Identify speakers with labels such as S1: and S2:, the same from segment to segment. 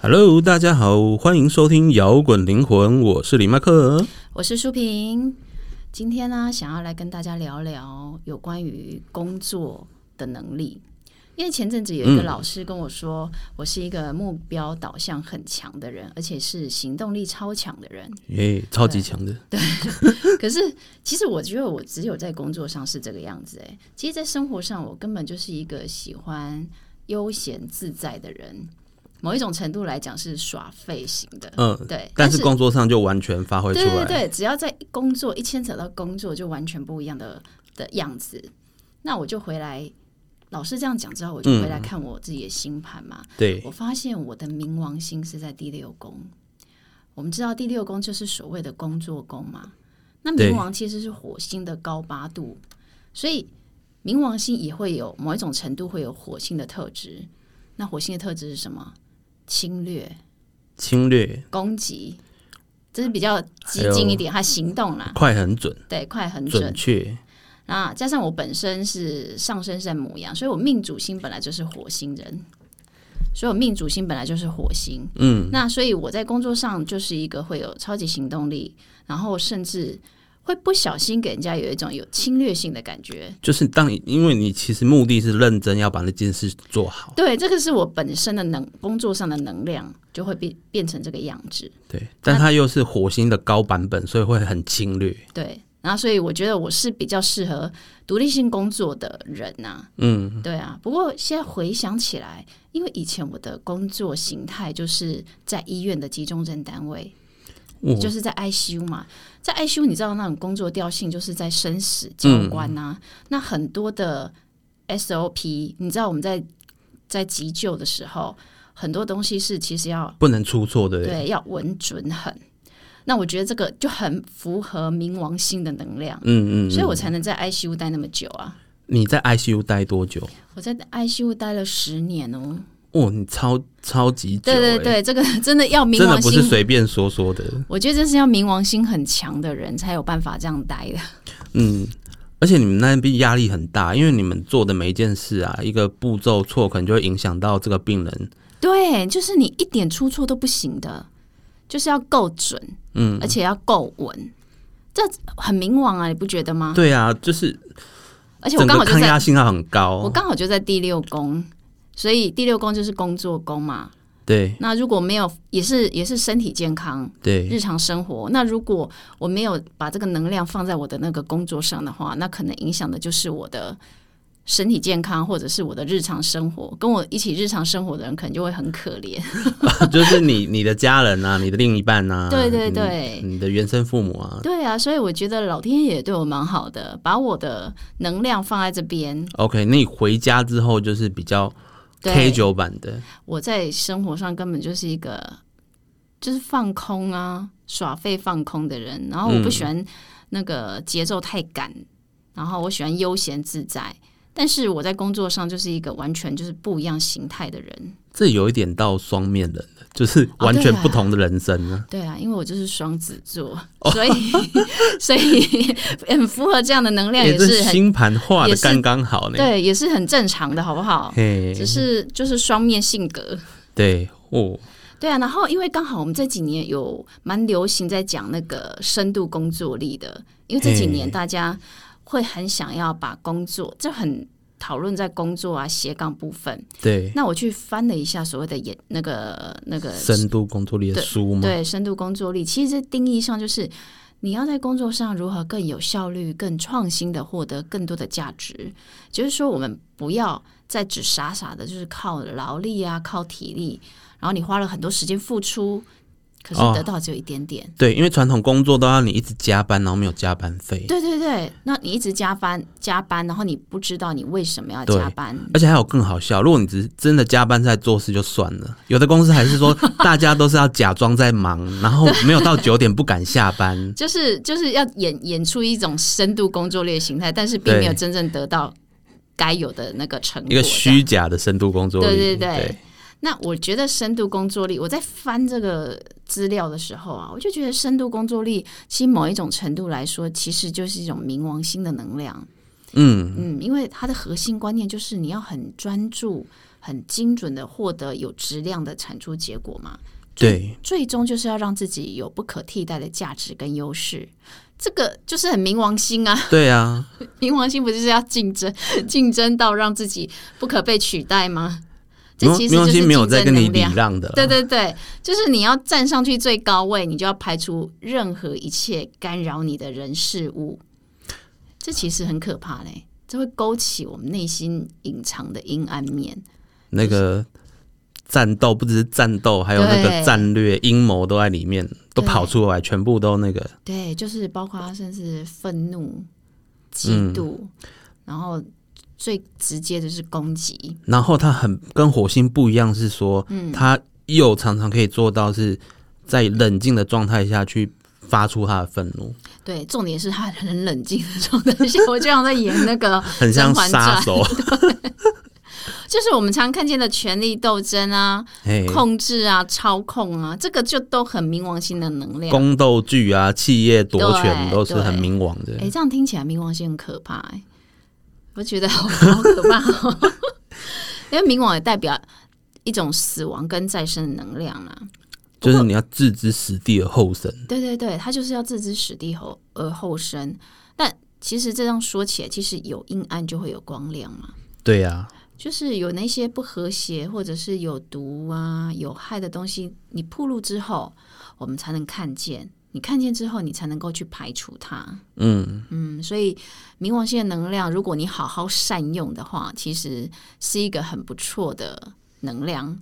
S1: Hello，大家好，欢迎收听摇滚灵魂，我是李麦克。
S2: 我是舒萍。今天呢，想要来跟大家聊聊有关于工作的能力。因为前阵子有
S1: 嗯
S2: 一个老师跟我说，我是一个目标导向很强的人，而且是行动力超强 的人。
S1: 耶、超级强的，
S2: 可是，其实我觉得我只有在工作上是这个样子、欸。哎，其实，在生活上，我根本就是一个喜欢悠闲自在的人。某一种程度来讲，是耍废型的。
S1: 嗯，
S2: 对，
S1: 但是工作上就完全发挥出
S2: 对
S1: 来。
S2: 对对，只要在工作一牵扯到工作，就完全不一样的的样子。那我就回来，老师这样讲之后，我就回来看我自己的星盘嘛。
S1: 嗯对
S2: 我发现我的冥王星是在第六宫。我们知道第六宫就是所谓的工作宫嘛。那
S1: 对
S2: 冥王其实是火星的高八度，所以冥王星也会有某一种程度会有火星的特质。那火星的特质是什么？侵略、
S1: 侵略
S2: 攻击，这是比较激进一点，他行动啦，
S1: 快很准，
S2: 对，快很
S1: 嗯准
S2: 准。
S1: 确。
S2: 那加上我本身是上升是在母羊，所以我命主星本来就是火星人，所以我命主星本来就是火星。嗯，那所以我在工作上就是一个会有超级行动力，然后甚至会不小心给人家有一种有侵略性的感觉。
S1: 就是当你因为你其实目的是认真要把那件事做好，
S2: 对，这个是我本身的能工作上的能量就会变变成这个样子。
S1: 对，但它又是火星的高版本，所以会很侵略。
S2: 对，然后所以我觉得我是比较适合独立性工作的人呐、嗯，对啊。不过现在回想起来，因为以前我的工作形态就是在医院的集中症单位，
S1: 我
S2: 就是在 ICU 嘛，在 ICU 你知道那种工作调性就是在生死交关呐、那很多的 SOP，你知道我们在在急救的时候，很多东西是其实要
S1: 不能出错的，
S2: 对，要稳准狠。那我觉得这个就很符合冥王星的能量，
S1: 嗯嗯。
S2: 所以我才能在 ICU 待那么久啊！
S1: 你在 ICU 待多久？
S2: 我在 ICU 待了十年哦。
S1: 哦，你超超级久、
S2: 对
S1: 欸，
S2: 对对，这个 真的要冥
S1: 真的
S2: 王
S1: 不是
S2: 星，
S1: 随便说说的。
S2: 我觉得这是要冥王星很强的人才有办法这样待的。
S1: 嗯，而且你们那边压力很大，因为你们做的每一件事啊，一个步骤错，可能就会影响到这个病人。
S2: 对，就是你一点出错都不行的，就是要够准，嗯，而且要够稳，这很冥王啊，你不觉得吗？
S1: 对啊，就是
S2: 而且我
S1: 整
S2: 刚
S1: 个
S2: 好就
S1: 抗
S2: 在
S1: 压哦信号很
S2: 我
S1: 高。
S2: 刚好就在第六宫，所以第六宫就是工作宫嘛。
S1: 对
S2: 那如果没有，也是也是身体健康、
S1: 对，
S2: 日常生活。那如果我没有把这个能量放在我的那个工作上的话，那可能影响的就是我的身体健康，或者是我的日常生活。跟我一起日常生活的人，可能就会很可怜。
S1: 就是你你的家人啊，你的另一半啊，
S2: 对对
S1: 你
S2: 对
S1: 你的原生父母啊。
S2: 对啊，所以我觉得老天爷对我蛮好的，把我的能量放在这边。
S1: OK，那你回家之后就是比较 K
S2: 对，
S1: 九版的，
S2: 我在生活上根本就是一个就是放空啊、耍废放空的人，然后我不喜欢那个节奏太赶，然后我喜欢悠闲自在。但是我在工作上就是一个完全就是不一样形态的人，
S1: 这有一点到双面人了，就是完全
S2: 对啊
S1: 不同的人生啊。
S2: 对啊，因为我就是双子座，所以 所以 很符合这样的能量，也
S1: 这
S2: 是很
S1: 星盘画的
S2: 也是
S1: 刚刚好呢。
S2: 对，也是很正常的，好不好？
S1: 嘿，
S2: 只是就是双面性格，
S1: 对哦，
S2: 对啊，然后因为刚好我们这几年有蛮流行在讲那个深度工作力的，因为这几年
S1: 嘿
S2: 大家会很想要把工作就很讨论在工作啊斜杠部分。
S1: 对，
S2: 那我去翻了一下所谓的研那个那个
S1: 深度工作力的书吗？
S2: 呃对深度工作力，其实这定义上就是你要在工作上如何更有效率、更创新的获得更多的价值。就是说，我们不要再只傻傻的，就是靠劳力啊、靠体力，然后你花了很多时间付出，可是
S1: 哦
S2: 得到只有一点点。
S1: 对，因为传统工作都要你一直加班，然后没有加班费，
S2: 对对对，那你一直加班加班，然后你不知道你为什么要
S1: 对
S2: 加班，
S1: 而且还有更好笑，如果你只是真的加班在做事就算了，有的公司还是 说大家都是要假装在忙，然后没有到九点不敢下 班。
S2: 就是就是要演演出一种深度工作力的形态，但是并没有
S1: 对
S2: 真正得到该有的那个成果。
S1: 一个
S2: 这样
S1: 虚假的深度工作力，
S2: 对对对那我觉得深度工作力，我在翻这个资料的时候啊，我就觉得深度工作力，其实某一种程度来说，其实就是一种冥王星的能量。
S1: 嗯，
S2: 嗯，因为它的核心观念就是你要很专注、很精准的获得有质量的产出结果嘛。
S1: 对，
S2: 最终就是要让自己有不可替代的价值跟优势，这个就是很冥王星啊！
S1: 对啊，
S2: 冥王星不就是要竞争，
S1: 嗯
S2: 竞争到让自己不可被取代吗？这
S1: 冥王
S2: 其实
S1: 冥
S2: 就
S1: 王
S2: 是
S1: 星
S2: 竞
S1: 没有在
S2: 争
S1: 跟你
S2: 能
S1: 礼
S2: 量。
S1: 让的啦，
S2: 对对对，就是你要站上去最高位，你就要排除任何一切干扰你的人事物。这其实很可怕嘞，这会勾起我们内心隐藏的阴暗面。
S1: 那个战斗不只是战斗，还有那个
S2: 对
S1: 战略阴谋都在里面，都
S2: 对
S1: 跑出来，全部都那个。
S2: 对，就是包括甚至愤怒、嫉妒，然后最直接的是攻击。
S1: 然后它很跟火星不一样，是说，
S2: 嗯
S1: 它又常常可以做到是在冷静的状态下去发出它的愤怒，
S2: 对，重点是他很冷静的状态下，我就像在演那个
S1: 很像
S2: 甄嬛
S1: 杀
S2: 传
S1: 手。
S2: 就是我们常看见的权力斗争啊、
S1: 嘿，
S2: 控制啊、操控啊，这个就都很冥王星的能量。
S1: 宫斗剧啊，企业夺权
S2: 对
S1: 都是很
S2: 对
S1: 冥王的
S2: 哎、。这样听起来冥王星很可怕、哎，我觉得好好可怕、哦， 因为冥王也代表一种死亡跟再生的能量啦、
S1: 就是你要置之死地而后生，
S2: 对对对，他就是要置之死地后而后生。但其实这样说起来，其实有阴暗就会有光亮嘛。
S1: 对啊呀、
S2: 就是有那些不和谐，或者是有毒啊、有害的东西，你暴露之后，我们才能看见。你看见之后，你才能够去排除它。
S1: 嗯，
S2: 嗯，所以冥王星的能量，如果你好好善用的话，其实是一个很不错的能量。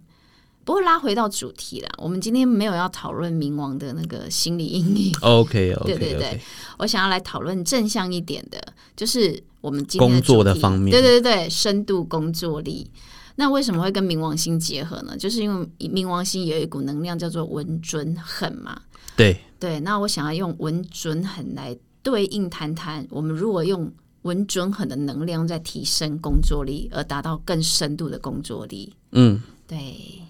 S2: 不过拉回到主题啦，我们今天没有要讨论冥王的那个心理阴影，
S1: OK OK
S2: 对对
S1: OK，
S2: 对我想要来讨论正向一点的，就是我们今天
S1: 工作的
S2: 主题
S1: 方面
S2: 对对对，深度工作力。那为什么会跟冥王星结合呢？就是因为冥王星有一股能量叫做文准狠嘛。
S1: 对
S2: 对，那我想要用文准狠来对应谈谈，我们如果用文准狠的能量在提升工作力，而达到更深度的工作力。
S1: 嗯，
S2: 对，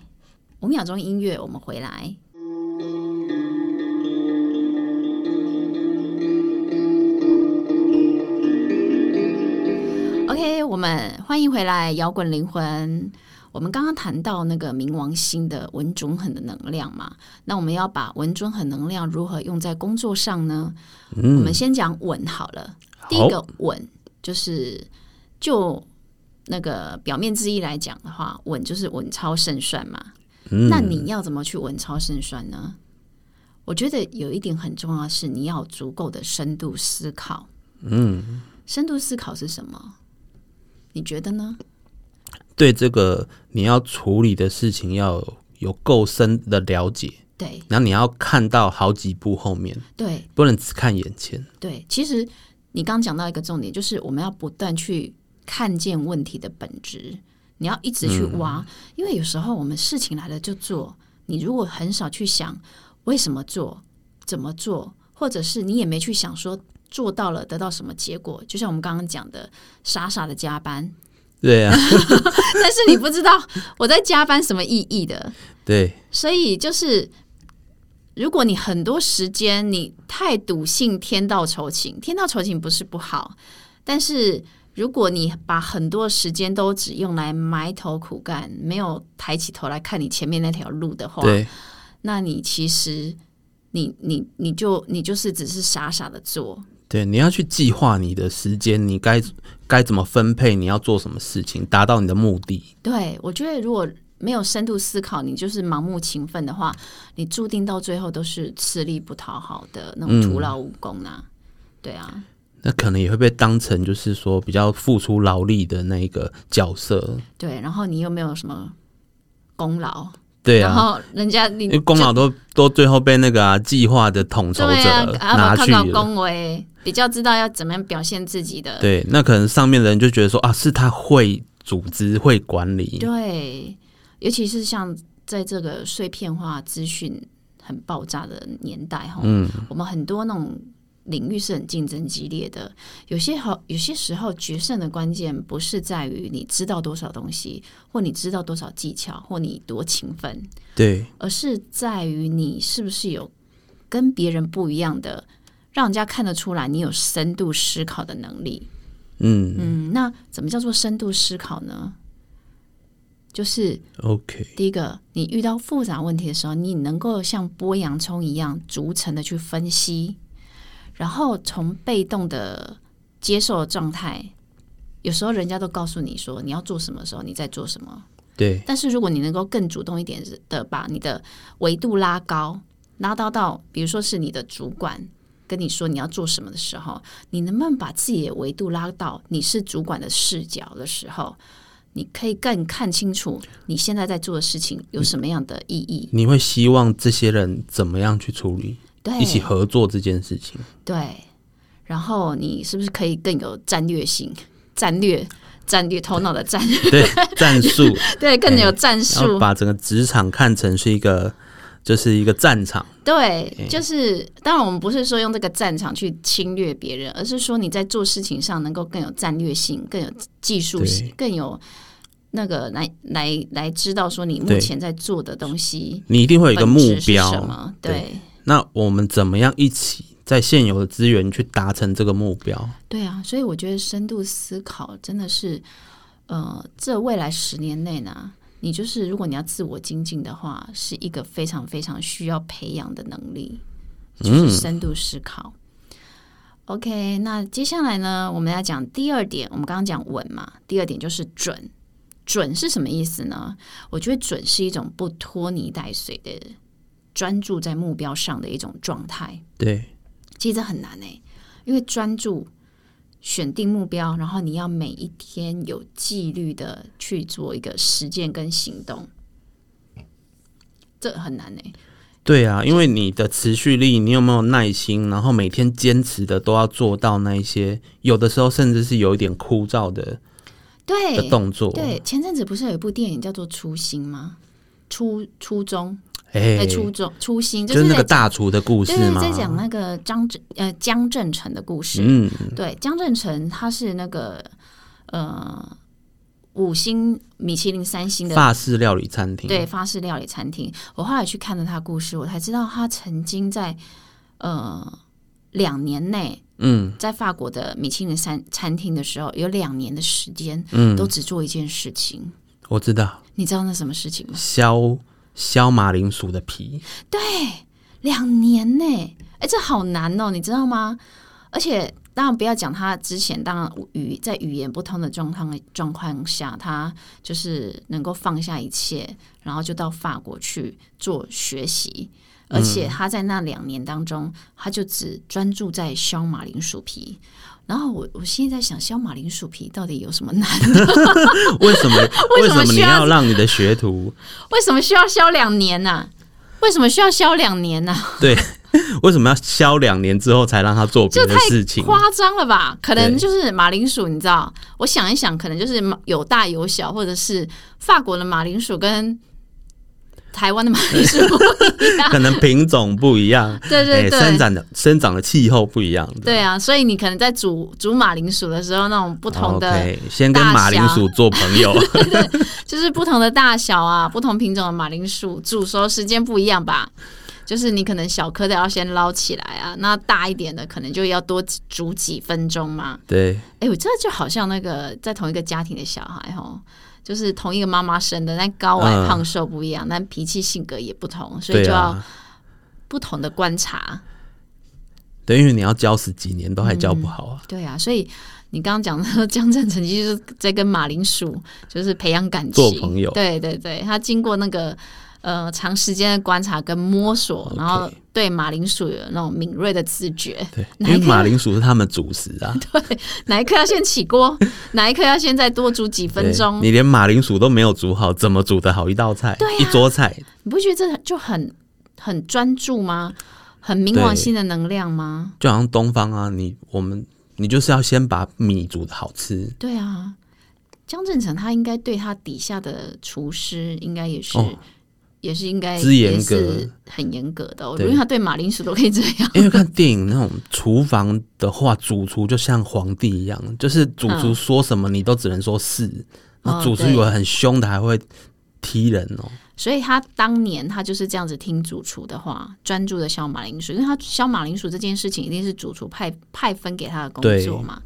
S2: 五秒钟音乐，我们回来。OK，我们欢迎回来，摇滚灵魂。我们刚刚谈到那个冥王星的文中狠的能量嘛，那我们要把文中狠能量如何用在工作上呢？我们先讲稳好了。第一个稳就是就那个表面之意来讲的话，稳就是稳操胜算嘛。那你要怎么去稳操胜算呢？我觉得有一点很重要的是，你要有足够的深度思考。嗯，深度思考是什么？你觉得呢？
S1: 对这个你要处理的事情要有有够深的了解，
S2: 对
S1: 然后你要看到好几步后面，
S2: 对
S1: 不能只看眼前。
S2: 对，其实你刚讲到一个重点，就是我们要不断去看见问题的本质，你要一直去挖，因为有时候我们事情来了就做，你如果很少去想为什么做、怎么做，或者是你也没去想说做到了得到什么结果，就像我们刚刚讲的，傻傻的加班，
S1: 对啊，
S2: 但是你不知道我在加班什么意义的，
S1: 对，
S2: 所以就是，如果你很多时间你太笃信天道酬勤，天道酬勤不是不好，但是如果你把很多时间都只用来埋头苦干，没有抬起头来看你前面那条路的话，
S1: 对，
S2: 那你其实你你你就你就是只是傻傻的做，
S1: 对，你要去计划你的时间，你该该怎么分配，你要做什么事情，达到你的目的。
S2: 对，我觉得如果没有深度思考，你就是盲目勤奋的话，你注定到最后都是吃力不讨好的那种徒劳无功啊。对啊，
S1: 那可能也会被当成就是说比较付出劳力的那一个角色，
S2: 对，然后你又没有什么功劳，
S1: 对
S2: 然
S1: 啊，
S2: 后人家你
S1: 因为功劳都都最后被那个啊计划的统筹
S2: 对啊
S1: 者，
S2: 啊，
S1: 拿
S2: 我靠
S1: 去
S2: 靠
S1: 了，
S2: 恭维，比较知道要怎么样表现自己的，
S1: 对，那可能上面的人就觉得说啊，是他会组织、会管理，
S2: 对，尤其是像在这个碎片化资讯很爆炸的年代哈，
S1: 嗯
S2: 我们很多那种领域是很竞争激烈的。有些好，有些时候决胜的关键不是在于你知道多少东西，或你知道多少技巧，或你多勤奋，
S1: 对，
S2: 而是在于你是不是有跟别人不一样的，让人家看得出来你有深度思考的能力。
S1: 嗯，
S2: 嗯，那怎么叫做深度思考呢？就是
S1: ，OK，
S2: 第一个，你遇到复杂问题的时候，你能够像剥洋葱一样逐层的去分析，然后从被动的接受的状态，有时候人家都告诉你说你要做什么的时候，你在做什么。
S1: 对，
S2: 但是如果你能够更主动一点的把你的维度拉高，拉到到比如说是你的主管跟你说你要做什么的时候，你能不能把自己的维度拉到你是主管的视角的时候，你可以更看清楚你现在在做的事情有什么样的意义。
S1: 你会希望这些人怎么样去处理，
S2: 对，
S1: 一起合作这件事情？
S2: 对，然后你是不是可以更有战略性、战略、战略头脑的战 略？
S1: 对，战术，
S2: 对，更有战
S1: 然后
S2: 术。
S1: 把整个职场看成是一个，就是一个战场。嗯
S2: 对，就是当然我们不是说用这个战场去侵略别人，而是说你在做事情上能够更有战略性、更有技术性、更有那个来来来知道说你目
S1: 对
S2: 前在做的东西
S1: 你一定会有一个
S2: 本质
S1: 目
S2: 是什
S1: 标，
S2: 么？对
S1: 那我们怎么样一起在现有的资源去达成这个目标？
S2: 对啊，所以我觉得深度思考真的是，呃，这未来十年内呢。你就是，如果你要自我精进的话，是一个非常非常需要培养的能力。就是深度思考。OK，那接下来呢，我们要讲第二点，我们刚刚讲稳嘛，第二点就是准。准是什么意思呢？我觉得准是一种不拖泥带水的专注在目标上的一种状态。
S1: 对，
S2: 其实这很难诶、欸因为专注、选定目标，然后你要每一天有纪律的去做一个实践跟行动，这很难欸诶、
S1: 对啊，因为你的持续力，你有没有耐心，然后每天坚持的都要做到那一些，有的时候甚至是有一点枯燥的
S2: 对，
S1: 的动作。
S2: 哎对，前阵子不是有一部电影叫做《初心》吗？初初中，哎、
S1: 哎，
S2: 初中初心，
S1: 就是是那
S2: 在
S1: 个大厨的故
S2: 就
S1: 事
S2: 是
S1: 嘛。
S2: 在讲那个张正呃江正成的故事。
S1: 嗯，
S2: 对，江正成他是那个呃五星米其林三星的
S1: 法式料理餐厅。
S2: 对，法式料理餐厅。我后来去看了他的故事，我才知道他曾经在呃两年内，
S1: 嗯，
S2: 在法国的米其林餐餐厅的时候，有两年的时间，嗯，都只做一件事情。
S1: 我知道，
S2: 你知道那什么事情吗？
S1: 削削马铃薯的皮。
S2: 对，两年呢、哎、这好难哦，你知道吗？而且当然不要讲他之前，当然语在语言不通的状况状况下，他就是能够放下一切，然后就到法国去做学习。而且他在那两年当中，他就只专注在削马铃薯皮。然后我我现在在想，削马铃薯皮到底有什么难？
S1: 为什么？
S2: 为
S1: 为
S2: 什么
S1: 什么
S2: 需
S1: 你
S2: 要
S1: 要让你的学徒？
S2: 为什么需要削两年呢、啊为什么需要削两年啊呢、
S1: 对，为什么要削两年之后才让他做别
S2: 这
S1: 的事
S2: 太
S1: 情？
S2: 夸张了吧？可能
S1: 对
S2: 就是马铃薯，你知道？我想一想，可能就是有大有小，或者是法国的马铃薯跟台湾的马铃 薯不一样。
S1: 可能品种不一样，
S2: 对对
S1: 哎
S2: 对
S1: 生长的生长的气候不一样的。
S2: 对啊，所以你可能在煮煮马铃薯的时候，那种不同的
S1: 哦 OK，先跟马铃薯做朋友，
S2: 就是不同的大小啊，不同品种的马铃薯煮熟时间不一样吧。就是你可能小颗的要先捞起来啊，那大一点的可能就要多煮几分钟嘛。
S1: 对，
S2: 哎、我这就好像那个在同一个家庭的小孩哦，就是同一个妈妈生的，但高矮
S1: 嗯
S2: 胖瘦不一样，但脾气性格也不同，所以
S1: 对
S2: 就要
S1: 啊，
S2: 不同的观察。
S1: 对，因为你要教十几年都还教不好啊，
S2: 对啊，所以你刚刚讲的 江正成就是在跟马铃薯就是培养感情，
S1: 做朋友
S2: 对对对，他经过那个呃长时间的观察跟摸索
S1: OK
S2: 然后对马铃薯有那种敏锐的自觉，
S1: 对，
S2: 哪
S1: 因
S2: 一
S1: 为
S2: 个
S1: 马铃薯是他们主食啊，
S2: 嗯哪一刻要先起锅，哪一刻要先再多煮几分
S1: 对
S2: 钟，
S1: 你连马铃薯都没有煮好，怎么煮得好一道菜？
S2: 对啊
S1: 一桌菜，
S2: 你不觉得这就很很专注吗？很冥王星的能量吗？
S1: 就好像东方啊，你我们你就是要先把米煮的好吃
S2: 对啊，江正成他应该对他底下的厨师应该也是、
S1: 哦
S2: 也是应该
S1: 之严格
S2: 也是很严格的、哦，
S1: 对
S2: 因为他对马铃薯都可以这样。
S1: 因为看电影那种厨房的话，主厨就像皇帝一样，就是主厨说什么你都只能说是，
S2: 哦
S1: 那、主厨
S2: 对
S1: 有的很凶的还会踢人哦。
S2: 所以他当年他就是这样子听主厨的话，专注的削马铃薯，因为他削马铃薯这件事情一定是主厨派派分给他的工作嘛。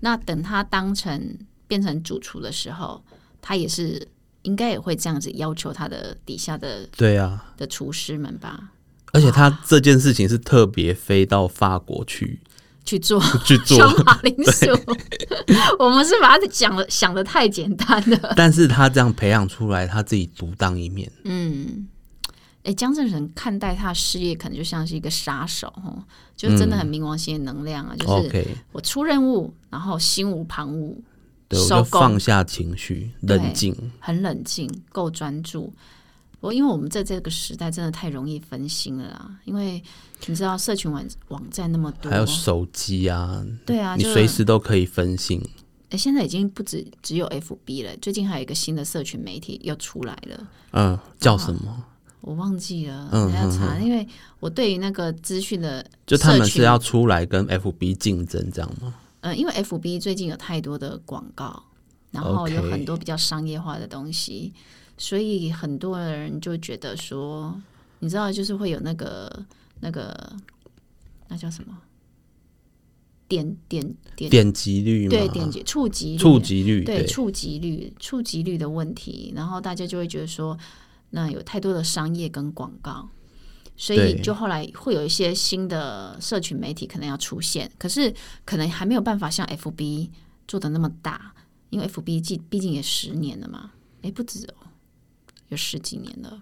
S2: 那等他当成变成主厨的时候，他也是应该也会这样子要求他的底下的
S1: 对啊，
S2: 的厨师们吧，
S1: 而且他这件事情是特别飞到法国去
S2: 去做
S1: 去 做，
S2: 双马铃薯。 我们是把它讲的想的太简单了。
S1: 但是他这样培养出来他自己独当一面，
S2: 嗯，哎，江正成看待他的事业可能就像是一个杀手哦，就是真的很冥王星的能量啊，就是
S1: OK，
S2: 我出任务，然后心无旁骛，
S1: 对，我
S2: 收
S1: 就
S2: 工
S1: 放下情绪，
S2: 对
S1: 冷静，
S2: 很冷静，够专注。我因为我们在这个时代真的太容易分心了啦，因为你知道社群网网站那么多，
S1: 还有手机啊，
S2: 对啊，
S1: 你
S2: 就
S1: 随时都可以分心。
S2: 诶现在已经不止只有 FB 了，最近还有一个新的社群媒体又出来了，
S1: 嗯，
S2: 哦
S1: 叫什么？
S2: 我忘记了，
S1: 嗯
S2: 还要查，因为我对于那个资讯的
S1: 就他们
S2: 社群
S1: 是要出来跟 FB 竞争这样吗？
S2: 呃，因为 FB 最近有太多的广告，然后
S1: OK
S2: 有很多比较商业化的东西所以很多人就觉得说，你知道，就是会有那个那个那叫什么点点点
S1: 点击率
S2: 对
S1: 嘛，
S2: 点击触及率
S1: 触及率
S2: 对触及率触及率的问题，然后大家就会觉得说，那有太多的商业跟广告，所以
S1: 对
S2: 就后来会有一些新的社群媒体可能要出现，可是可能还没有办法像 FB 做的那么大，因为 FB 毕毕竟也十年了嘛，诶，不止哦，有十几年了。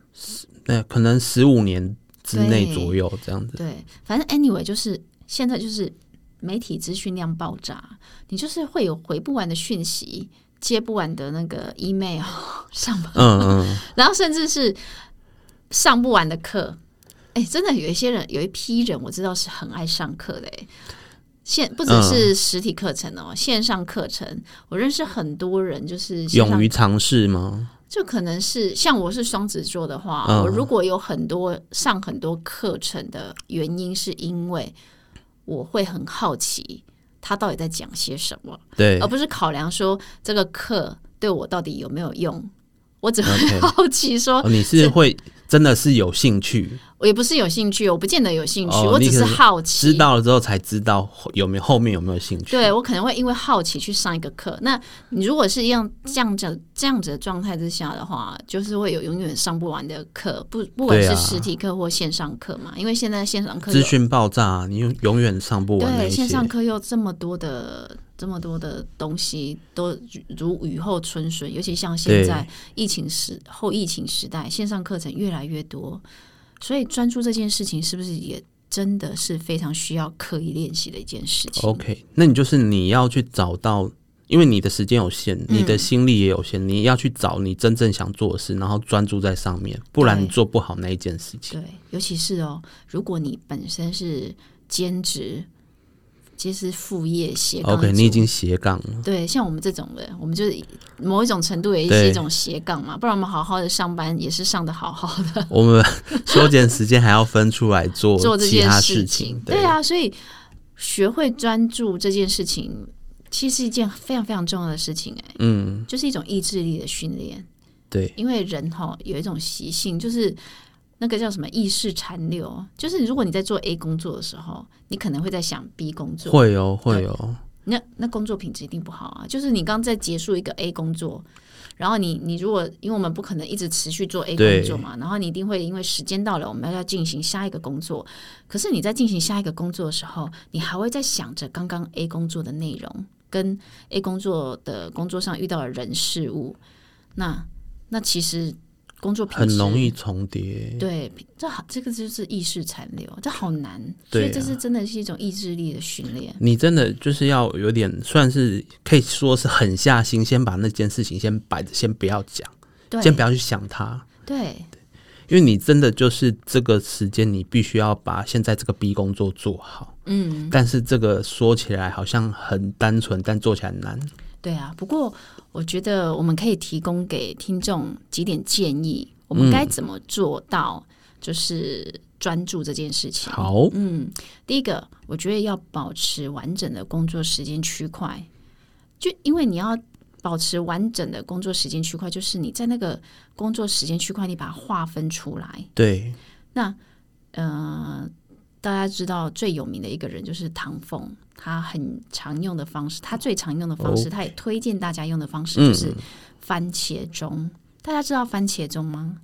S1: 那可能十五年之内
S2: 对
S1: 左右这样子。
S2: 对，反正 anyway 就是现在就是媒体资讯量爆炸，你就是会有回不完的讯息，接不完的那个 email 上吧，
S1: 嗯嗯，
S2: 然后甚至是上不完的课。哎，真的有一些人，有一批人，我知道是很爱上课的。哎，线不只
S1: 嗯
S2: 是实体课程哦，线上课程，我认识很多人，就是线上
S1: 勇于尝试吗？
S2: 就可能是像我是双子座的话，
S1: 嗯
S2: 我如果有很多上很多课程的原因，是因为我会很好奇他到底在讲些什么，
S1: 对
S2: 而不是考量说这个课对我到底有没有用。我只会
S1: OK
S2: 好奇说，
S1: 哦，你是会真的是有兴趣，
S2: 我也不是有兴趣，我不见得有兴趣，
S1: 哦
S2: 我
S1: 你
S2: 只是
S1: 可能
S2: 好奇。
S1: 知道了之后才知道后有没有后面有没有兴趣。
S2: 对我可能会因为好奇去上一个课。那你如果是一样这样子这样子的状态之下的话，就是会有永远上不完的课，不不管
S1: 对
S2: 是
S1: 啊
S2: 实体课或线上课嘛，因为现在线上课有
S1: 资讯爆炸，啊你永永远上不完那
S2: 对
S1: 一
S2: 线
S1: 些。
S2: 上课又这么多的这么多的东西都如雨后春笋，尤其像现
S1: 对
S2: 在疫情时后疫情时代，线上课程越来越多，所以专注这件事情是不是也真的是非常需要刻意练习的一件事情？
S1: OK，那你就是你要去找到，因为你的时间有限，你
S2: 嗯
S1: 的心力也有限，你要去找你真正想做的事，然后专注在上面，不然
S2: 对
S1: 你做不好那一件事情。
S2: 对，尤其是哦，如果你本身是兼职，其实副业斜杠
S1: OK，
S2: 族
S1: 你已经斜杠了。
S2: 对像我们这种的，我们就是某一种程度也是
S1: 对
S2: 一种斜杠嘛，不然我们好好的上班也是上的好好 的，
S1: 我们休闲时间还要分出来做
S2: 做这
S1: 其
S2: 件
S1: 他
S2: 事
S1: 情，
S2: 对啊，所以学会专注这件事情，其实是一件非常非常重要的事情、哎，
S1: 嗯，
S2: 就是一种意志力的训练。
S1: 对，
S2: 因为人哈、有一种习性，就是那个叫什么意识残留，就是如果你在做 A 工作的时候，你可能会在想 B 工作，
S1: 会哦，会哦，
S2: 那那工作品质一定不好啊。就是你刚在结束一个 A 工作，然后你你如果因为我们不可能一直持续做 A
S1: 对
S2: 工作嘛，然后你一定会因为时间到了，我们要进行下一个工作。可是你在进行下一个工作的时候，你还会在想着刚刚 A 工作的内容，跟 A 工作的工作上遇到的人事物，那那其实工作品
S1: 很
S2: 质
S1: 容易重叠。
S2: 对，这好，这个就是意识残留，这好难，所
S1: 对
S2: 以这
S1: 啊
S2: 是真的是一种意志力的训练。
S1: 你真的就是要有点，算是可以说是狠下心，先把那件事情先摆着，先不要讲，
S2: 对
S1: 先不要去想它，
S2: 对
S1: 因为你真的就是这个时间，你必须要把现在这个 B 工作做好。嗯，但是这个说起来好像很单纯，但做起来很难。
S2: 对啊，不过我觉得我们可以提供给听众几点建议，我们该怎么做到就是专注这件事情。
S1: 好，
S2: 嗯，第一个，我觉得要保持完整的工作时间区块，就因为你要保持完整的工作时间区块，就是你在那个工作时间区块，你把它划分出来。
S1: 对，
S2: 呃，大家知道最有名的一个人就是唐凤，他很常用的方式，他最常用的方式，他也推荐大家用的方式就是番茄钟。大家知道番茄钟吗？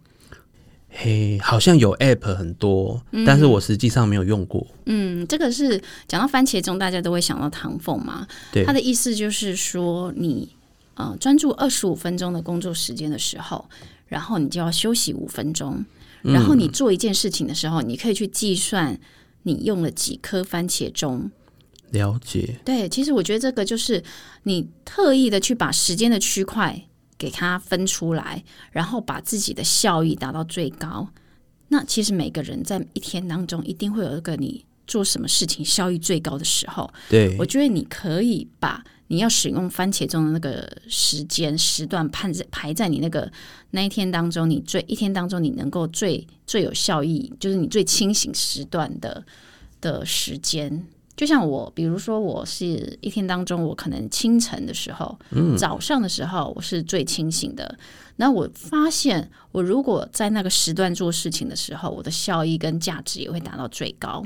S1: 嘿，好像有 app 很多，但是我实际上没有用过。
S2: 嗯，这个是讲到番茄钟，大家都会想到唐凤嘛。
S1: 对
S2: 他，的意思就是说你，呃专注二十五分钟的工作时间的时候，然后你就要休息五分钟，然后你做一件事情的时候，你可以去计算你用了几颗番茄钟。
S1: 了解。
S2: 对，其实我觉得这个就是你特意的去把时间的区块给它分出来，然后把自己的效益达到最高。那其实每个人在一天当中，一定会有一个你做什么事情效益最高的时候。
S1: 对
S2: 我，觉得你可以把你要使用番茄钟的那个时间时段判在排在你那个那一天当中，你最一天当中你能够最最有效益，就是你最清醒时段的的时间。就像我，比如说我是一天当中，我可能清晨的时候，早上的时候我是最清醒的。那我发现，我如果在那个时段做事情的时候，我的效益跟价值也会达到最高。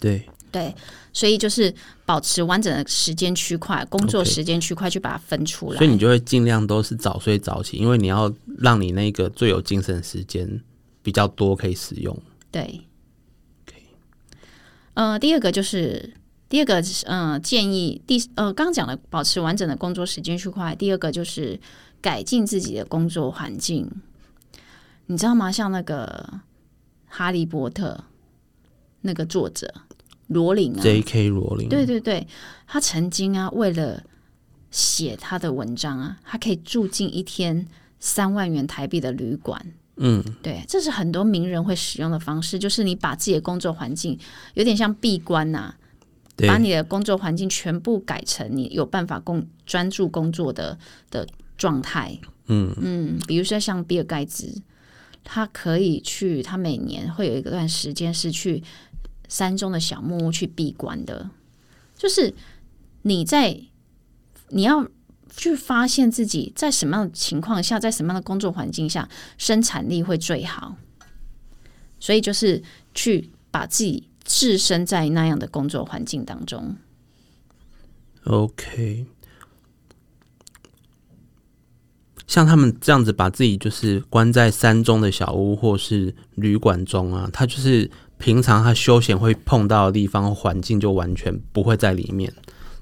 S1: 对，
S2: 对，所以就是保持完整的时间区块，工作
S1: OK
S2: 时间区块去把它分出来。
S1: 所以你就会尽量都是早睡早起，因为你要让你那个最有精神时间比较多可以使用。
S2: 对，呃，第二个就是第二个，呃，建议第呃，刚刚讲了保持完整的工作时间区块，第二个就是改进自己的工作环境。你知道吗？像那个《哈利波特》那个作者罗琳啊，
S1: J.K. 罗琳，
S2: 对对对，他曾经啊，为了写他的文章啊，他可以住进一天三万元台币的旅馆。
S1: 嗯，
S2: 对，这是很多名人会使用的方式，就是你把自己的工作环境有点像闭关啊呐、
S1: 对
S2: 把你的工作环境全部改成你有办法工专注工作的的状态。嗯嗯，比如说像比尔盖茨，他可以去，他每年会有一段时间是去山中的小木屋去闭关的，就是你在你要。去发现自己在什么样的情况下，在什么样的工作环境下，生产力会最好。所以就是去把自己置身在那样的工作环境当中。
S1: OK，像他们这样子把自己就是关在山中的小屋或是旅馆中啊，他就是平常他休闲会碰到的地方环境就完全不会在里面，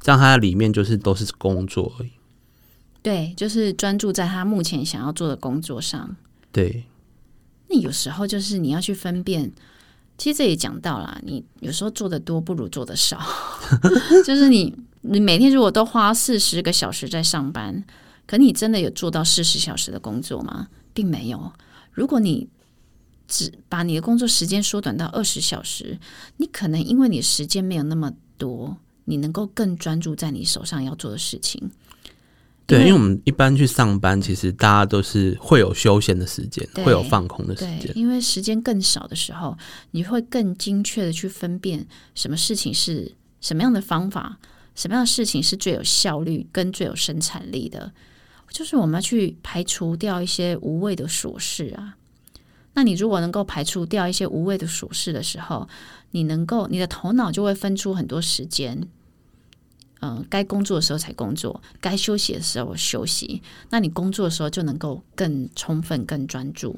S1: 这样他在里面就是都是工作而已。
S2: 对，就是专注在他目前想要做的工作上。
S1: 对，
S2: 那有时候就是你要去分辨，其实这也讲到啦，你有时候做的多不如做的少， 就是你你每天如果都花四十个小时在上班，可你真的有做到四十小时的工作吗？并没有。如果你只把你的工作时间缩短到二十小时，你可能因为你时间没有那么多，你能够更专注在你手上要做的事情。
S1: 对，
S2: 因
S1: 因
S2: 为
S1: 为我们一般去上班，其实大家都是会有休闲的时间，
S2: 对
S1: 会有放空的时
S2: 对
S1: 间，。
S2: 因为时间更少的时候，你会更精确的去分辨什么事情是什么样的方法，什么样的事情是最有效率跟最有生产力的。就是我们要去排除掉一些无谓的琐事啊。那你如果能够排除掉一些无谓的琐事的时候，你能够你的头脑就会分出很多时间，嗯、该工作的时候才工作，该休息的时候休息。那你工作的时候就能够更充分、更专注。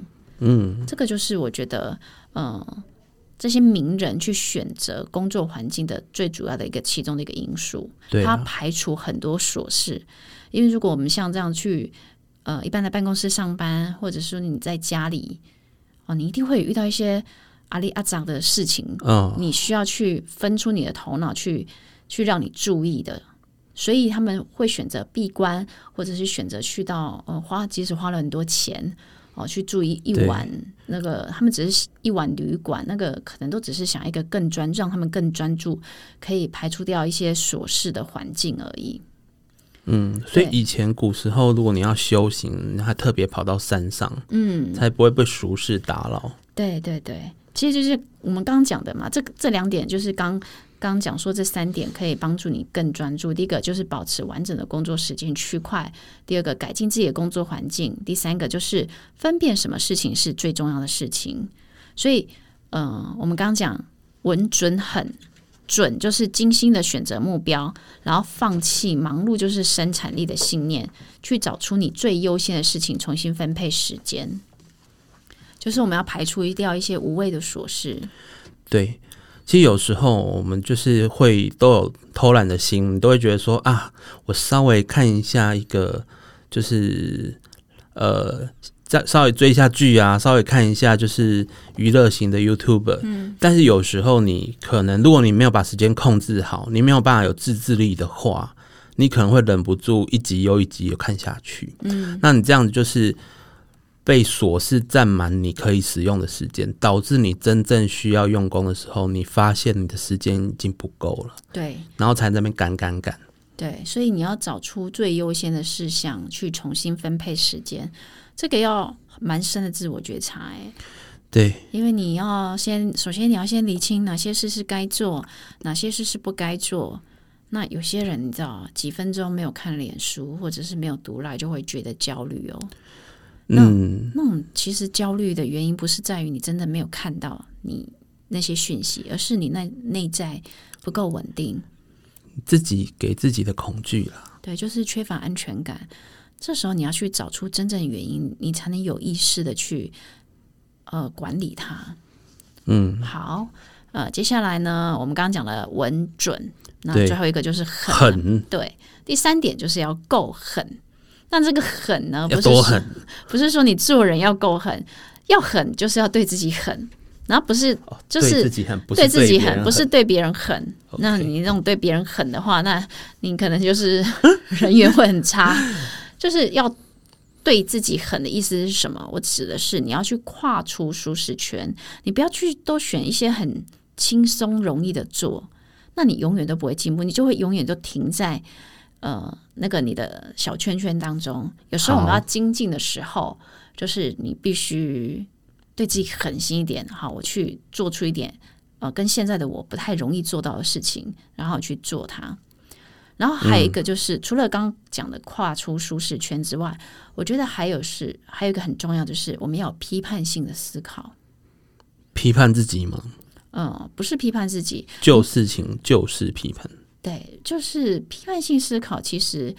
S2: 这个就是我觉得，嗯、这些名人去选择工作环境的最主要的一个其中的一个因素，
S1: 对
S2: 他
S1: 啊，
S2: 排除很多琐事。因为如果我们像这样去，呃，一般在办公室上班，或者说你在家里，哦，你一定会遇到一些阿里阿杂的事情，
S1: 嗯，
S2: 你需要去分出你的头脑去去让你注意的。所以他们会选择闭关，或者是选择去到呃花，即使花了很多钱哦，去住一一
S1: 对
S2: 晚那个，他们只是一晚旅馆，那个可能都只是想一个更专，让他们更专注，可以排除掉一些琐事的环境而已。
S1: 嗯所以
S2: 对
S1: 以前古时候，如果你要修行，还特别跑到山上，嗯，才不会被俗世打扰。
S2: 对对对，其实就是我们刚刚讲的嘛，这个这两点就是刚刚讲说这三点可以帮助你更专注。第一个就是保持完整的工作时间区块，第二个改进自己的工作环境，第三个就是分辨什么事情是呃最重要的事情。所以，嗯、我们刚刚讲文准狠，准就是精心的选择目标，然后放弃忙碌就是生产力的信念，去找出你最优先的事情，重新分配时间。就是我们要排除掉一些无谓的琐事。
S1: 对，其实有时候我们就是会都有偷懒的心，你都会觉得说啊，我稍微看一下一个，就是呃，再稍微追一下剧啊，稍微看一下就是娱乐型的 YouTube。嗯，但是有时候你可能，如果你没有把时间控制好，你没有办法有自制力的话，你可能会忍不住一集又一集地看下去。嗯，那你这样子就是。被琐事占满你可以使用的时间，导致你真正需要用功的时候，你发现你的时间已经不够了，
S2: 对
S1: 然后才在那边赶赶赶。
S2: 对，所以你要找出最优先的事项去重新分配时间，这个要蛮深的自我觉察、欸。
S1: 对，
S2: 因为你要先，首先你要先理清哪些事是该做，哪些事是不该做。那有些人你知道，几分钟没有看脸书或者是没有读来，就会觉得焦虑哦。
S1: 嗯，
S2: 那种其实焦虑的原因不是在于你真的没有看到你那些讯息，而是你那内在不够稳定。
S1: 自己给自己的恐惧啦。
S2: 对，就是缺乏安全感。这时候你要去找出真正原因，你才能有意识的去呃管理它。
S1: 嗯，
S2: 好，呃，接下来呢，我们刚刚讲了稳准，那
S1: 对
S2: 最后一个就是狠。
S1: 狠
S2: 对，第三点就是要够狠。那这个狠呢，不
S1: 要
S2: 是
S1: 多
S2: 说
S1: 狠
S2: 不是说你做人要够狠，要狠就是要对自己狠，然后不是
S1: 哦，
S2: 啊就是
S1: 对自己狠，不是
S2: 对自己
S1: 别人
S2: 狠，不是对别人狠。
S1: OK
S2: 那你那种对别人狠的话，那你可能就是 人缘会很差。就是要对自己狠的意思是什么？我指的是你要去跨出舒适圈，你不要去都选一些很轻松容易的做，那你永远都不会进步，你就会永远都停在。呃，那个你的小圈圈当中，有时候我们
S1: 好
S2: 要精进的时候，就是你必须对自己狠心一点，好，我去做出一点呃跟现在的我不太容易做到的事情，然后去做它。然后还有一个就是，除了刚刚讲的跨出舒适圈之外，我觉得还有是还有一个很重要，就是我们要有批判性的思考。
S1: 批判自己嘛，
S2: 嗯，不是批判自己，
S1: 就事情就是批判。
S2: 对，就是批判性思考，其实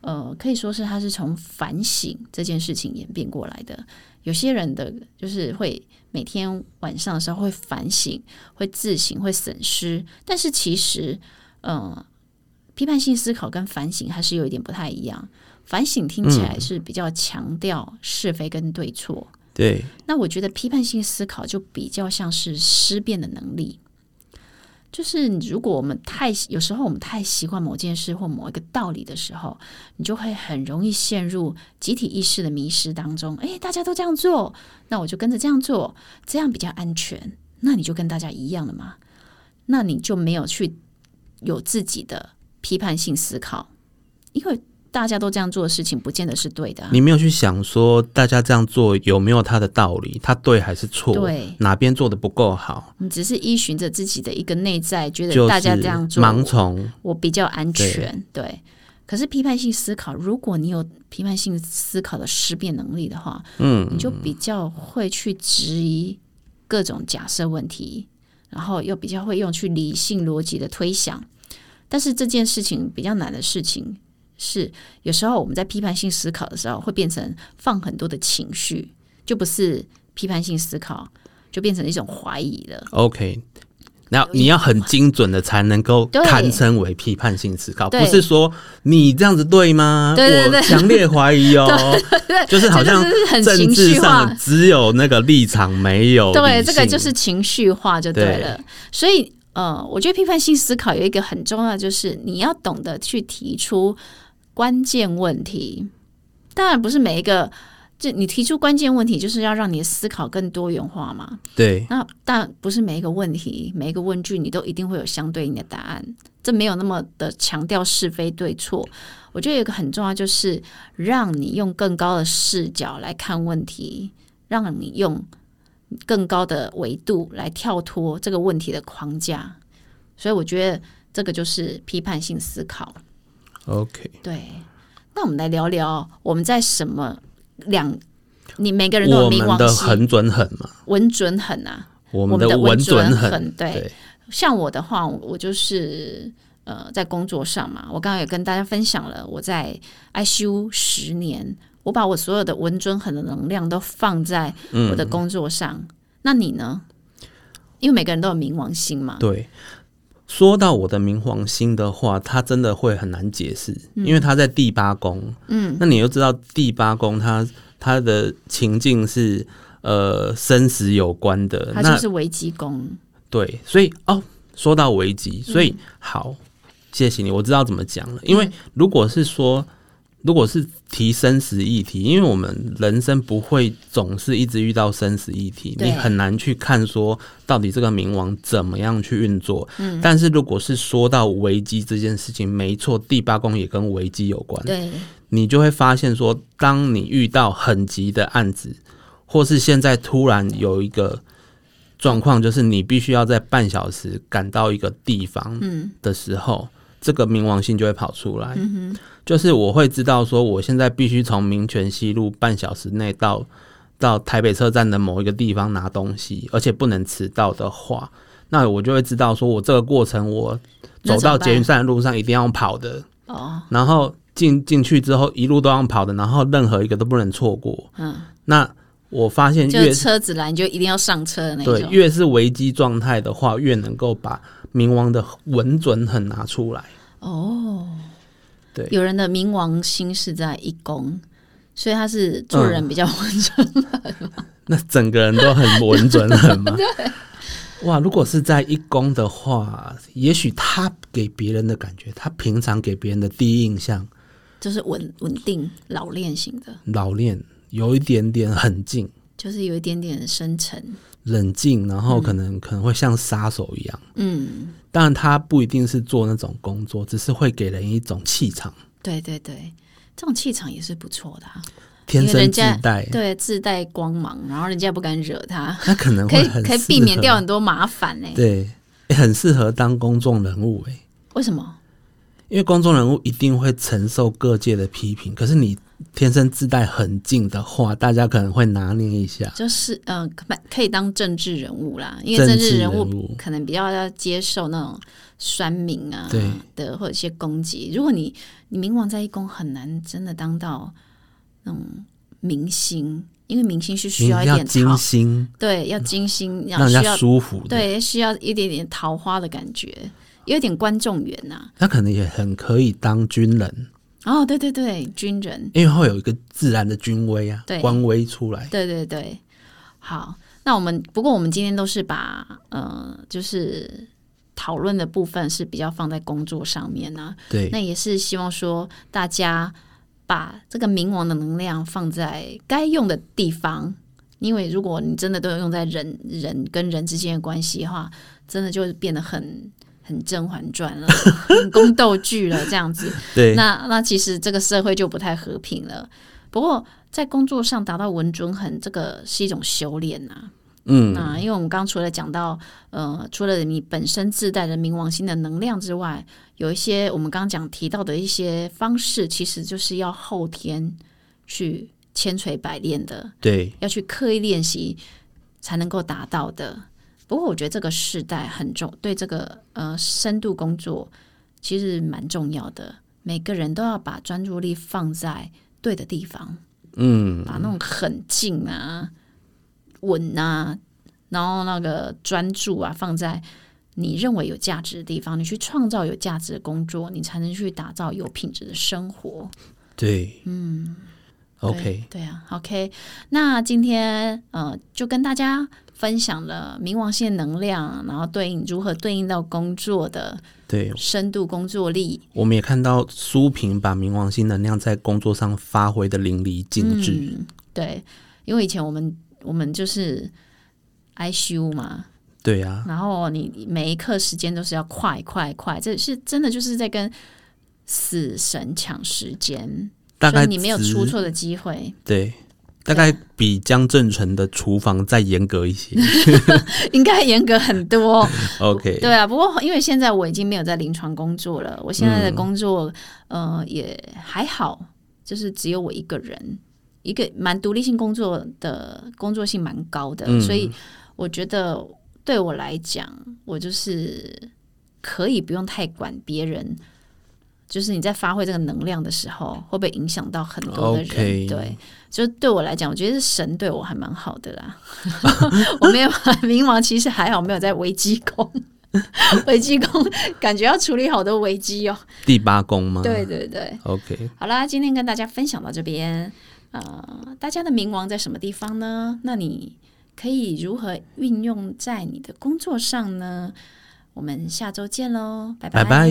S2: 呃，可以说是它是从反省这件事情演变过来的。有些人的就是会每天晚上的时候会反省、会自省、会审视，但是其实，呃，批判性思考跟反省还是有一点不太一样。反省听起来是比较强调是非跟对错，
S1: 对，
S2: 那我觉得批判性思考就比较像是思辨的能力，就是如果我们太有时候我们太习惯某件事或某一个道理的时候，你就会很容易陷入集体意识的迷失当中。诶，大家都这样做，那我就跟着这样做，这样比较安全。那你就跟大家一样了嘛？那你就没有去有自己的批判性思考，因为大家都这样做的事情，不见得是对的啊、
S1: 你没有去想说大家这样做有没有它的道理，它对还是错，
S2: 对
S1: 哪边做的不够好，
S2: 你只是依循着自己的一个内在，
S1: 就
S2: 觉得
S1: 是
S2: 大家这样做，
S1: 盲从。
S2: 我比较安全。对，可是批判性思考，如果你有批判性思考的思辨能力的话，嗯，你就比较会去质疑各种假设问题，然后又比较会用去理性逻辑的推想。但是这件事情比较难的事情是，有时候我们在批判性思考的时候，会变成放很多的情绪，就不是批判性思考，就变成一种怀疑了。
S1: OK，那你要很精准的才能够
S2: 对
S1: 堪称为批判性思考，
S2: 对
S1: 不是说你这样子对吗？
S2: 对对对
S1: 我强烈怀疑 哦，就是 好像
S2: 这就是很
S1: 政
S2: 情
S1: 治
S2: 绪化
S1: 上的，只有那个立场没有
S2: 对，
S1: 理
S2: 这个
S1: 性
S2: 就是情绪化就对
S1: 对
S2: 了。所以，呃，我觉得批判性思考有一个很重要，就是你要懂得去提出关键问题。当然，不是每一个，就你提出关键问题，就是要让你的思考更多元化嘛。
S1: 对
S2: 那但不是每一个问题、每一个问句，你都一定会有相对应的答案。这没有那么的强调是非对错。我觉得有一个很重要，就是让你用更高的视角来看问题，让你用更高的维度来跳脱这个问题的框架。所以我觉得这个就是批判性思考。
S1: OK。
S2: 对，那我们来聊聊我们在什么两，你每个人都
S1: 我
S2: 有冥
S1: 们
S2: 王
S1: 的
S2: 星
S1: 很准狠嘛，
S2: 稳准狠啊。
S1: 我
S2: 我
S1: 们的
S2: 的
S1: 稳
S2: 准
S1: 准
S2: 很
S1: 很
S2: 对。
S1: 对，
S2: 像我的话，我就是呃，在工作上嘛，我刚刚也跟大家分享了，我在 ICU 十年，我把我所有的文尊很的能量都放在我
S1: 嗯
S2: 的工作上。那你呢？因为每个人都有冥王星嘛，
S1: 对，说到我的冥王星的话，它真的会很难解释，
S2: 嗯
S1: 因为它在第八宫。嗯，那你又知道第八宫它它的情境是呃生死有关的，
S2: 它
S1: 那
S2: 就是危机宫。
S1: 对，所以哦，说到危机，所
S2: 嗯
S1: 以、好，谢谢你，我知道怎么讲了。因为如果是说，如果是提生死议题，因为我们人生不会总是一直遇到生死议题，
S2: 对
S1: 你很难去看说到底这个冥王怎么样去运作。嗯，但是如果是说到危机这件事情，没错，第八宫也跟危机有关。
S2: 对，
S1: 你就会发现说，当你遇到很急的案子，或是现在突然有一个状况，就是你必须要在半小时赶到一个地方
S2: 嗯
S1: 的时候，这个冥王星就会跑出来。
S2: 嗯哼，
S1: 就是我会知道说，我现在必须从民权西路半小时内到到台北车站的某一个地方拿东西，而且不能迟到的话，那我就会知道说我这个过程我
S2: 那
S1: 走
S2: 怎么
S1: 到捷运
S2: 办
S1: 站的路上一定要跑的。
S2: 哦，
S1: 然后进进去之后一路都要跑的，然后任何一个都不能错过。
S2: 嗯，
S1: 那我发现
S2: 就
S1: 越
S2: 是车子来你就一定要上车的那
S1: 对
S2: 种。
S1: 越是危机状态的话，越能够把冥王的稳准很拿出来。
S2: 哦，
S1: 对
S2: 有人的冥王星是在一宫，所以他是做
S1: 嗯
S2: 人比较 稳重。
S1: 那整个人都很稳准很 嘛。哇，如果是在一宫的话，也许他给别人的感觉，他平常给别人的第一印象，
S2: 就是稳稳定老练型的，
S1: 老练有一点点很静、
S2: 就是有一点点深沉。
S1: 冷静，然后可能、可能会像杀手一样。
S2: 嗯，
S1: 当然，他不一定是做那种工作，只是会给人一种气场，
S2: 对对对，这种气场也是不错的、啊，
S1: 天
S2: 因为
S1: 生
S2: 人
S1: 自
S2: 家
S1: 带。
S2: 对，自带光芒，然后人家不敢惹 他，
S1: 他可能
S2: 可
S1: 会
S2: 以
S1: 很
S2: 可以
S1: 适
S2: 避免
S1: 合
S2: 掉很多麻烦呢、
S1: 对、欸很适合当公众人物哎、
S2: 为什么？
S1: 因为公众人物一定会承受各界的批评，可是你天生自带很近的话，大家可能会拿捏一下。
S2: 就是嗯，可可以当政治人物啦，因为政
S1: 政治
S2: 治人
S1: 人物
S2: 物可能比较要接受那种酸民啊
S1: 对
S2: 的或者一些攻击。如果你你冥王在一宫很难真的当到那种明星，因为明星是需
S1: 你
S2: 要一
S1: 要
S2: 点
S1: 精
S2: 讨，
S1: 心，
S2: 对，要精心，要
S1: 让人
S2: 需
S1: 家
S2: 要
S1: 舒服的，
S2: 对，需要一点点桃花的感觉，有点观众缘呐、
S1: 他可能也很可以当军人，
S2: 哦，对对对，军人，
S1: 因为会有一个自然的军威啊
S2: 对，
S1: 官威出来。
S2: 对对对，好，那我们不过我们今天都是把呃，就是讨论的部分是比较放在工作上面啊呢、
S1: 对，
S2: 那也是希望说大家把这个冥王的能量放在该用的地方，因为如果你真的都用在人人跟人之间的关系的话，真的就变得很。很《甄嬛传》 了，很宫斗剧了，这样子。
S1: 对，
S2: 那那其实这个社会就不太和平了。不过在工作上达到稳准很，这个是一种修炼啊呐、
S1: 嗯，
S2: 那因为我们刚刚除了讲到，呃，除了你本身自带的冥王星的能量之外，有一些我们刚刚讲提到的一些方式，其实就是要后天去千锤百炼的，
S1: 对，
S2: 要去刻意练习才能够达到的。不过我觉得这个世代很重，对这个呃深度工作其实蛮重要的。每个人都要把专注力放在对的地方，
S1: 嗯，
S2: 把那种狠劲啊、稳啊，然后那个专注啊，放在你认为有价值的地方，你去创造有价值的工作，你才能去打造有品质的生活。
S1: 对，嗯，OK，
S2: 对对啊，OK。那今天呃，就跟大家分享了冥王星的能量，然后对应如何对应到工作的
S1: 对，
S2: 深度工作力。
S1: 我们也看到苏萍把冥王星能量在工作上发挥的淋漓尽致，
S2: 嗯，对，因为以前我们我们就是 ICU 嘛，
S1: 对啊，
S2: 然后你每一刻时间都是要快快快，这是真的就是在跟死神抢时间，
S1: 大
S2: 所
S1: 概
S2: 以你没有
S1: 值
S2: 出错的机会。
S1: 对，大概比江正成的厨房再严格一些。
S2: 应该严格很多。
S1: OK，
S2: 对啊，不过因为现在我已经没有在临床工作了，我现在
S1: 嗯
S2: 的工作、呃也还好，就是只有我一个人，一个蛮独立性工作的工作性蛮高的，
S1: 嗯
S2: 所以我觉得对我来讲，我就是可以不用太管别人，就是你在发挥这个能量的时候，会不会影响到很多的人
S1: OK
S2: 对，就是对我来讲，我觉得神对我还蛮好的啦。 我没有冥王，其实还好，没有在危机宫。 危机宫感觉要处理好多危机哦。
S1: 第八宫吗？
S2: 对对对，
S1: ，OK，
S2: 好啦，今天跟大家分享到这边。呃，大家的冥王在什么地方呢？那你可以如何运用在你的工作上呢？我们下周见喽，拜
S1: 拜拜。